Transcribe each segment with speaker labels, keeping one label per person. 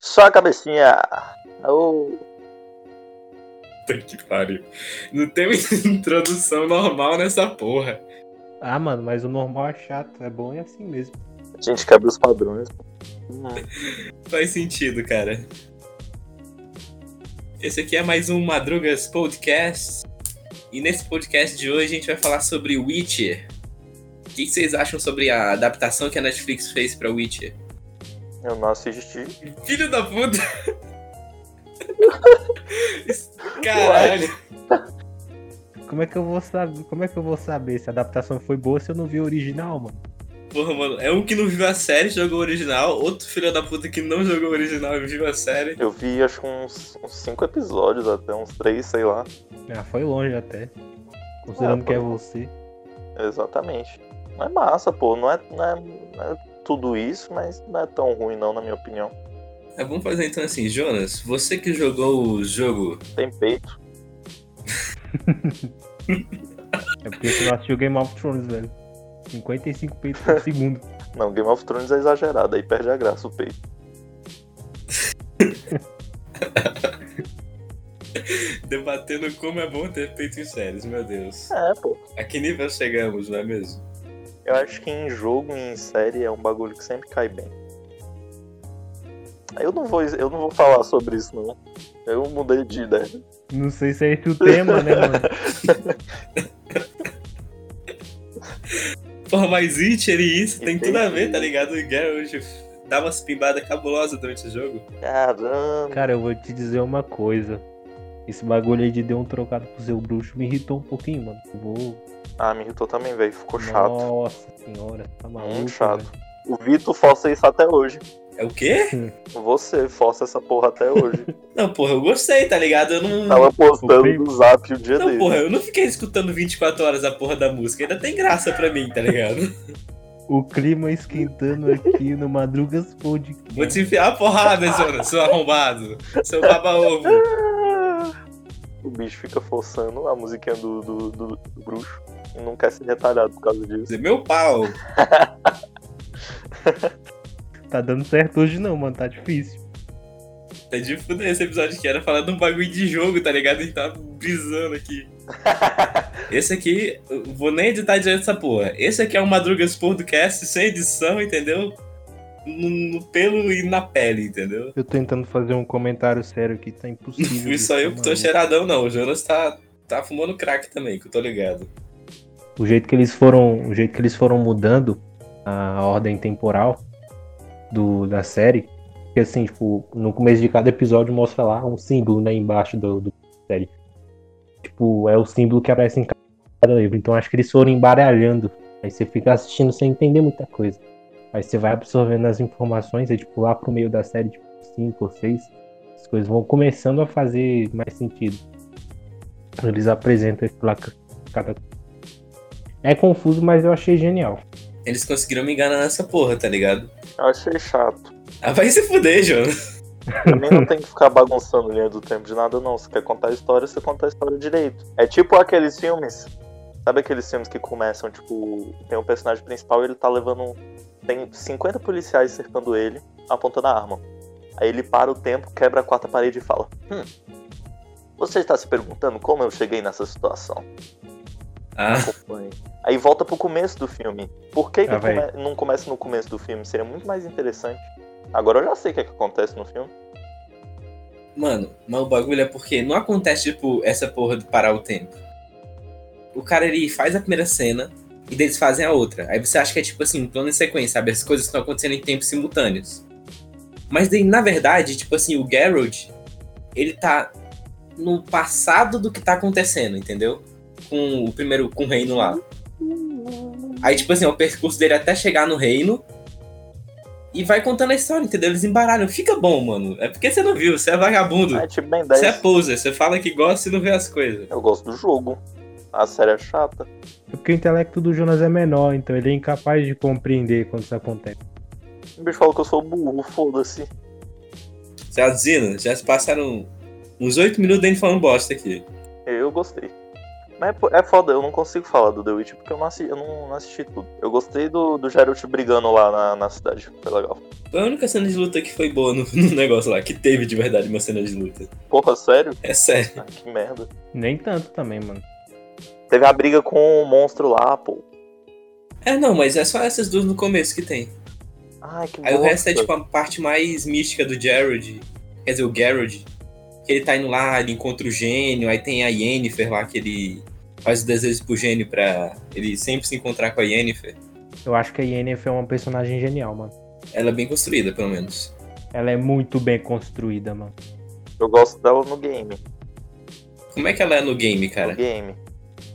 Speaker 1: Só a cabecinha. Ô,
Speaker 2: Puta que pariu. Não tem introdução normal nessa porra.
Speaker 3: Ah, mano, mas o normal é chato, é bom e é assim mesmo.
Speaker 1: a gente quebra os padrões.
Speaker 2: Faz sentido, cara. Esse aqui é mais um Madrugas Podcast. E nesse podcast de hoje a gente vai falar sobre Witcher. O que vocês acham sobre a adaptação que a Netflix fez pra Witcher?
Speaker 1: Eu não assisti.
Speaker 2: Filho da puta! Caralho!
Speaker 3: Como é que eu vou saber? Como é que eu vou saber se a adaptação foi boa se eu não vi o original, mano?
Speaker 2: Porra, mano, é um que não viu a série, jogou o original, outro filho da puta que não jogou o original e viu a série.
Speaker 1: Eu vi acho que uns, uns cinco episódios, até uns três, sei lá.
Speaker 3: Ah, foi longe até. Considerando
Speaker 1: Ah,
Speaker 3: que é
Speaker 1: pô.
Speaker 3: você.
Speaker 1: Exatamente. Não é massa, pô. Não é, não é, não é tudo isso, mas não é tão ruim não, na minha opinião.
Speaker 2: É, vamos fazer então assim, Jonas, você que jogou o jogo,
Speaker 1: Tem peito.
Speaker 3: É porque você não assistiu Game of Thrones, velho. 55 peitos por segundo.
Speaker 1: Não, Game of Thrones é exagerado, aí perde a graça o peito.
Speaker 2: debatendo como é bom ter feito em séries, meu Deus.
Speaker 1: É, pô.
Speaker 2: A que nível chegamos, não é mesmo?
Speaker 1: Eu acho que em jogo e em série é um bagulho que sempre cai bem. Eu não vou, eu não vou falar sobre isso, não. Eu mudei de ideia.
Speaker 3: Não sei se é esse o tema, né, mano?
Speaker 2: Porra, mas Witcher e isso
Speaker 1: E
Speaker 2: tem
Speaker 1: tem
Speaker 2: tudo a
Speaker 1: que-
Speaker 2: ver, tá ligado? O Geralt dá umas pimbadas cabulosas durante o jogo.
Speaker 1: Caramba.
Speaker 3: Cara, eu vou te dizer uma coisa. Esse bagulho aí de deu um trocado pro seu bruxo me irritou um pouquinho, mano. Eu Vou.
Speaker 1: Ah, me irritou também, velho. Ficou chato.
Speaker 3: Nossa senhora, tá maluco.
Speaker 1: Muito chato.
Speaker 3: velho.
Speaker 1: O Vitor força isso até hoje.
Speaker 2: É o quê?
Speaker 1: Você força essa porra até hoje.
Speaker 2: Não, porra, eu gostei, tá ligado? Eu não.
Speaker 1: Tava postando
Speaker 3: Bem-
Speaker 1: no zap o dia
Speaker 2: Não,
Speaker 1: dele.
Speaker 2: porra, eu não fiquei escutando 24 horas a porra da música. Ainda tem graça pra mim, tá ligado?
Speaker 3: O clima esquentando aqui no Madrugas Podcast.
Speaker 2: Vou te enfiar a porrada, Jonas, seu arrombado. Seu baba-ovo.
Speaker 1: O bicho fica forçando a musiquinha do, do, do- do bruxo e não quer ser retalhado por causa disso.
Speaker 2: Meu pau.
Speaker 3: Tá dando certo hoje não, mano. Tá difícil.
Speaker 2: Tá de fuder esse episódio que era falar de um bagulho de jogo, tá ligado? A gente tá brisando aqui. Esse aqui, eu vou nem editar direito essa porra. Esse aqui é o Madrugas Podcast sem edição, entendeu? No, no pelo e na pele, entendeu?
Speaker 3: Eu tentando fazer um comentário sério aqui, tá
Speaker 2: Não
Speaker 3: impossível. um.
Speaker 2: fui
Speaker 3: disso,
Speaker 2: só eu que tô
Speaker 3: mano.
Speaker 2: cheiradão, não. O Jonas tá, tá fumando crack também, que eu tô ligado.
Speaker 3: O jeito que eles foram, o jeito que eles foram mudando a ordem temporal do, da série, porque assim, tipo, no começo de cada episódio mostra lá um símbolo, né, embaixo do, do série. Tipo, é o símbolo que aparece em cada livro. Então acho que eles foram embaralhando. Aí você fica assistindo sem entender muita coisa. Aí você vai absorvendo as informações, aí tipo, lá pro meio da série, tipo, cinco ou seis, as coisas vão começando a fazer mais sentido. Eles apresentam tipo, lá ca- cada é confuso, mas eu achei genial.
Speaker 2: Eles conseguiram me enganar nessa porra, tá ligado?
Speaker 1: Eu achei chato.
Speaker 2: Ah, vai se fuder, Jonas.
Speaker 1: Também não tem que ficar bagunçando linha do tempo de nada, não. Você quer contar a história, você conta a história direito. É tipo aqueles filmes. Sabe aqueles filmes que começam, tipo, tem um personagem principal e ele tá levando. um- Tem 50 policiais cercando ele, apontando a arma. Aí ele para o tempo, quebra a quarta parede e fala: Hum, você está se perguntando como eu cheguei nessa situação?
Speaker 2: Ah,
Speaker 1: acompanhe. Aí volta pro começo do filme. Por que, que
Speaker 3: Ah, véi.
Speaker 1: come- não começa no começo do filme? Seria muito mais interessante. Agora eu já sei o que, é que acontece no filme.
Speaker 2: Mano, mas o bagulho é porque não acontece, tipo, essa porra de parar o tempo. O cara, ele faz a primeira cena e daí eles fazem a outra. Aí você acha que é, tipo assim, um plano em sequência, sabe? As coisas estão acontecendo em tempos simultâneos. Mas daí, na verdade, tipo assim, o Geralt, ele tá no passado do que tá acontecendo, entendeu? Com o primeiro, com o reino lá. Aí, tipo assim, é o percurso dele até chegar no reino. E vai contando a história, entendeu? Eles embaralham. Fica bom, mano. É porque você não viu, você é vagabundo.
Speaker 1: É tipo Ben 10.
Speaker 2: Você é poser, você fala que gosta e não vê as coisas.
Speaker 1: Eu gosto do jogo. A série é chata.
Speaker 3: É porque o intelecto do Jonas é menor, então ele é incapaz de compreender quando isso acontece.
Speaker 1: O bicho falou que eu sou burro, foda-se.
Speaker 2: é Já Zina, já se passaram uns oito minutos dele falando bosta aqui.
Speaker 1: Eu gostei. Mas é po- é foda, eu não consigo falar do The Witch porque eu não assisti, eu não, não assisti tudo. Eu gostei do, do Geralt brigando lá na, na cidade, foi legal.
Speaker 2: Foi a única cena de luta que foi boa no, no negócio lá, que teve de verdade uma cena de luta.
Speaker 1: Porra, sério?
Speaker 2: É sério.
Speaker 1: Ah, que merda.
Speaker 3: Nem tanto também, mano.
Speaker 1: Teve a briga com o monstro lá, pô.
Speaker 2: É, não, mas é só essas duas no começo que tem.
Speaker 1: Ai, que
Speaker 2: Aí o
Speaker 1: bosta.
Speaker 2: resto é tipo a parte mais mística do Jared. Quer dizer, o Garrod. Que ele tá indo lá, ele encontra o gênio, aí tem a Yennefer lá que ele faz o desejo pro gênio pra ele sempre se encontrar com a Yennefer.
Speaker 3: Eu acho que a Yennefer é uma personagem genial, mano.
Speaker 2: Ela é bem construída, pelo menos.
Speaker 3: Ela é muito bem construída, mano.
Speaker 1: Eu gosto dela no game.
Speaker 2: Como é que ela é no game,
Speaker 1: No
Speaker 2: cara?
Speaker 1: game.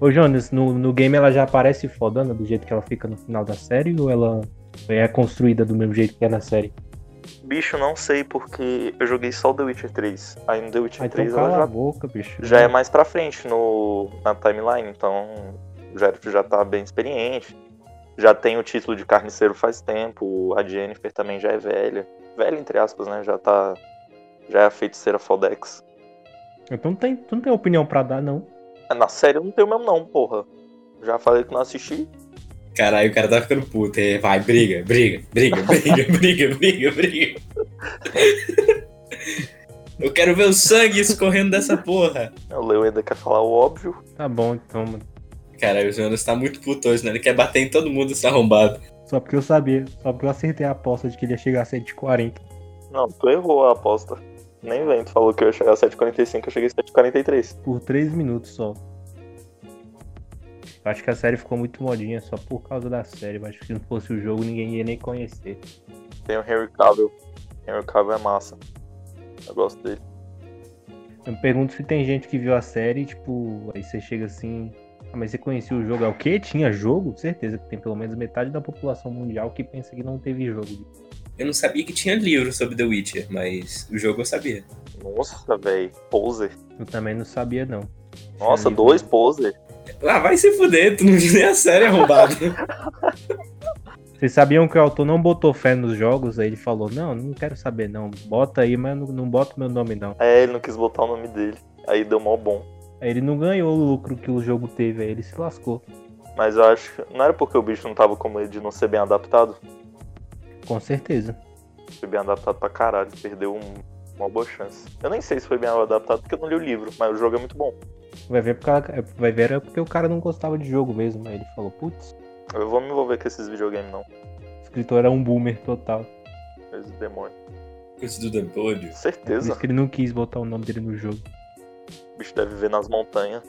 Speaker 3: Ô, Jonas, no, no game ela já aparece fodona do jeito que ela fica no final da série ou ela é construída do mesmo jeito que é na série?
Speaker 1: Bicho, não sei porque eu joguei só o The Witcher 3. Aí no The Witcher
Speaker 3: Aí então
Speaker 1: 3
Speaker 3: cala
Speaker 1: ela já
Speaker 3: a boca, bicho.
Speaker 1: já é mais pra frente no, na timeline, então o Geralt já tá bem experiente. Já tem o título de carniceiro faz tempo, a Jennifer também já é velha. Velha, entre aspas, né? Já tá. Já é a feiticeira Fodex.
Speaker 3: Então não tem, tu não tem opinião pra dar, não.
Speaker 1: Ah, Na série eu não tenho mesmo, não, porra. Já falei que não assisti.
Speaker 2: Caralho, o cara tá ficando puto. Aí vai, briga, briga, briga, briga, briga, briga, briga. Eu quero ver o sangue escorrendo dessa porra.
Speaker 1: O Leo ainda quer falar o óbvio.
Speaker 3: Tá bom, então, mano.
Speaker 2: Caralho, o Jonas tá muito puto hoje, né? Ele quer bater em todo mundo esse arrombado.
Speaker 3: Só porque eu sabia, só porque eu acertei a aposta de que ele ia chegar a 140.
Speaker 1: Não, tu errou a aposta. Nem vem, tu falou que eu ia chegar a 7h45, eu cheguei a 7h43.
Speaker 3: por 3 minutos só. Eu acho que a série ficou muito modinha só por causa da série, mas se não fosse o jogo ninguém ia nem conhecer.
Speaker 1: Tem o Henry Cavill. Henry Cavill é massa. Eu gosto dele.
Speaker 3: Eu me pergunto se tem gente que viu a série, tipo, aí você chega assim, ah, mas você conhecia o jogo, é o quê? Tinha jogo? Certeza que tem pelo menos metade da população mundial que pensa que não teve jogo.
Speaker 2: Eu não sabia que tinha livro sobre The Witcher, mas o jogo eu sabia.
Speaker 1: Nossa, velho. Poser.
Speaker 3: Eu também não sabia não.
Speaker 1: Nossa,
Speaker 3: Aí,
Speaker 1: dois poser.
Speaker 2: Ah, vai se fuder, tu não viu nem a série arrombado.
Speaker 3: Vocês sabiam que o autor não botou fé nos jogos? Aí ele falou, não, não quero saber não, bota aí, mas não, não bota meu nome não.
Speaker 1: É, ele não quis botar o nome dele. Aí deu mó bom.
Speaker 3: Aí ele não ganhou o lucro que o jogo teve, aí ele se lascou.
Speaker 1: Mas eu acho que. Não era porque o bicho não tava com medo de não ser bem adaptado.
Speaker 3: Com certeza.
Speaker 1: Foi bem adaptado pra caralho. Perdeu um- uma boa chance. Eu nem sei se foi bem adaptado porque eu não li o livro, mas o jogo é muito bom.
Speaker 3: Vai ver, porque, ela- vai ver era porque o cara não gostava de jogo mesmo. Aí ele falou, putz,
Speaker 1: Eu vou me envolver com esses videogames, não.
Speaker 3: o escritor era um boomer total.
Speaker 1: Esse demônio.
Speaker 2: Coisa do demônio.
Speaker 3: Por isso
Speaker 1: Certeza.
Speaker 3: que ele não quis botar o nome dele no jogo.
Speaker 1: O bicho deve viver nas montanhas.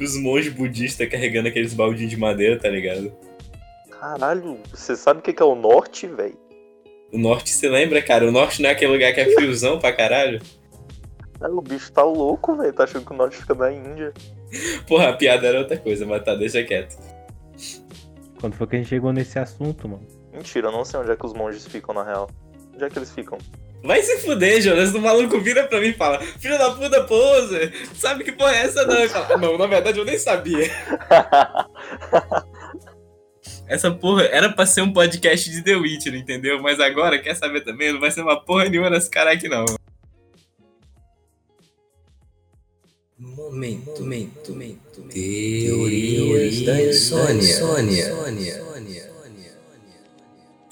Speaker 2: Os monges budistas carregando aqueles baldinhos de madeira, tá ligado?
Speaker 1: Caralho, você sabe o que que é o norte, velho?
Speaker 2: O norte se lembra, cara. O norte não é aquele lugar que é friozão pra caralho.
Speaker 1: O bicho tá louco, velho. Tá achando que o norte fica na Índia.
Speaker 2: Porra, a piada era outra coisa, mas tá, deixa quieto.
Speaker 3: Quando foi que a gente chegou nesse assunto, mano?
Speaker 1: Mentira, eu não sei onde é que os monges ficam, na real. Onde é que eles ficam?
Speaker 2: Vai se fuder, Jonas. O maluco vira pra mim e fala: Filho da puta, pose. Sabe que porra é essa, não? Eu falo, não, na verdade eu nem sabia. Essa porra era pra ser um podcast de The Witcher, entendeu? Mas agora, quer saber também? Não vai ser uma porra nenhuma nesse cara aqui, não. Momento, momento, momento. Teorias da insônia.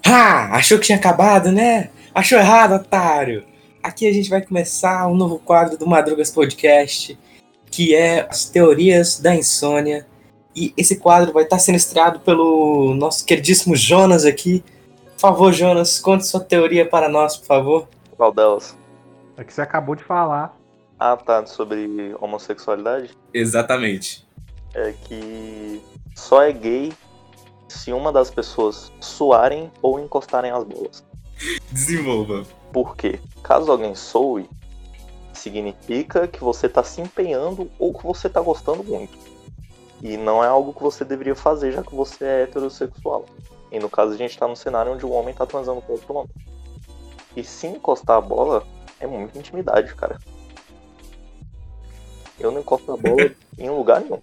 Speaker 2: Ah, achou que tinha acabado, né? Achou errado, otário. Aqui a gente vai começar um novo quadro do Madrugas Podcast, que é as teorias da insônia. E esse quadro vai estar sendo estreado pelo nosso queridíssimo Jonas aqui. Por favor, Jonas, conte sua teoria para nós, por favor.
Speaker 1: Qual delas?
Speaker 3: É que você acabou de falar.
Speaker 1: Ah, tá. Sobre homossexualidade?
Speaker 2: Exatamente.
Speaker 1: é que só é gay se uma das pessoas suarem ou encostarem as bolas.
Speaker 2: Desenvolva.
Speaker 1: Por quê? Caso alguém soe, significa que você tá se empenhando ou que você tá gostando muito. E não é algo que você deveria fazer, já que você é heterossexual. E no caso a gente tá num cenário onde um homem tá transando com outro homem. E se encostar a bola, é muita intimidade, cara. Eu não encosto a bola em lugar nenhum.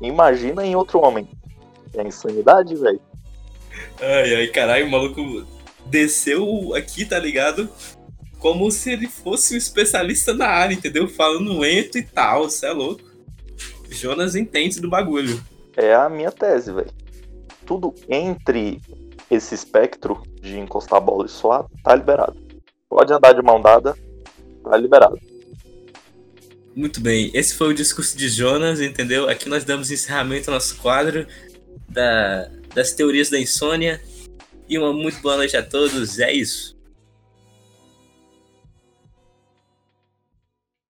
Speaker 1: Imagina em outro homem. É insanidade, velho.
Speaker 2: Ai, ai, caralho, o maluco desceu aqui, tá ligado? Como se ele fosse um especialista na área, entendeu? Falando lento e tal, cê é louco.
Speaker 4: Jonas entende do bagulho.
Speaker 1: É a minha tese, velho. Tudo entre esse espectro de encostar a bola e suar, tá liberado. Pode andar de mão dada, tá liberado.
Speaker 4: Muito bem, esse foi o discurso de Jonas, entendeu? Aqui nós damos encerramento ao nosso quadro da, das teorias da insônia. E uma muito boa noite a todos, é isso.